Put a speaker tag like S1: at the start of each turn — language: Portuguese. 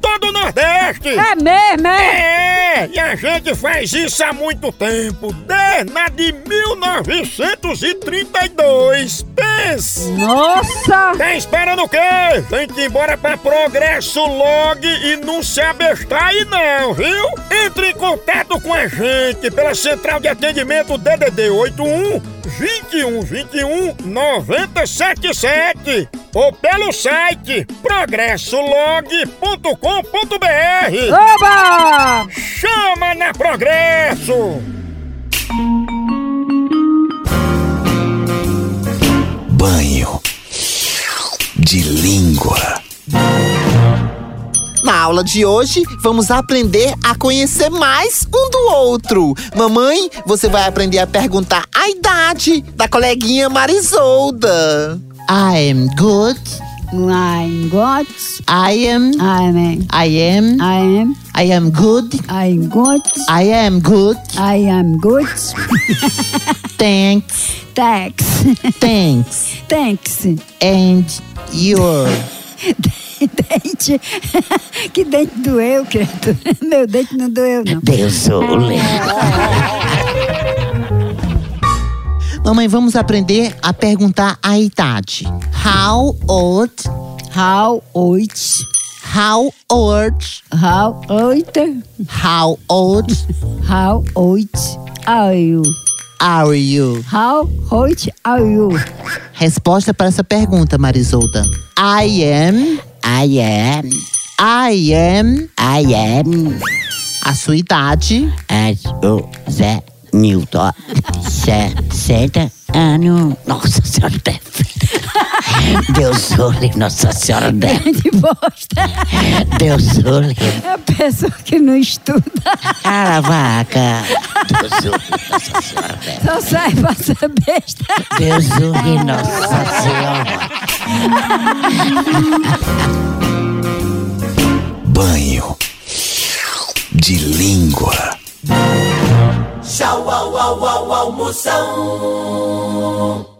S1: todo o Nordeste!
S2: É mesmo, é?
S1: É, e a gente faz isso há muito tempo, desde a de 1932, pensa!
S2: Nossa!
S1: Tá esperando o quê? Tem que ir embora pra Progresso Log e não se abestar aí não, viu? Entre em contato com a gente pela central de atendimento DDD 81 2121 9077 ou pelo site progressolog.com.br.
S2: Oba!
S1: Chama na Progresso!
S3: Banho de língua.
S4: Na aula de hoje, vamos aprender a conhecer mais um do outro. Mamãe, você vai aprender a perguntar a idade da coleguinha Marisolda. I am good.
S5: I'm God.
S4: I am.
S5: I am.
S4: I am.
S5: I am.
S4: I am good.
S5: I am God.
S4: I am good.
S5: I am good.
S4: Thanks.
S5: Thanks.
S4: Thanks.
S5: Thanks.
S4: And your.
S5: Dente. Que dente doeu, credo. Meu dente não doeu, não.
S4: Deus o Mamãe, vamos aprender a perguntar a idade. How old?
S5: How oito.
S4: How old?
S5: How oito.
S4: How old
S5: How oito. Are you?
S4: are you?
S5: How oito are you?
S4: Resposta para essa pergunta, Marisolda. I am. I am. I am. I am. A sua idade.
S6: as o É, Zé Nilton. 60 anos. Nossa Senhora da Deus olhe, Nossa Senhora da
S5: De bosta.
S6: Deus olhe.
S5: É a pessoa que não estuda.
S6: Caravaca. Deus olhe, Nossa Senhora da
S5: Só sai pra ser besta.
S6: Deus olhe, Nossa Senhora.
S3: Banho de língua.
S7: Tchau, au, au, au, almoção.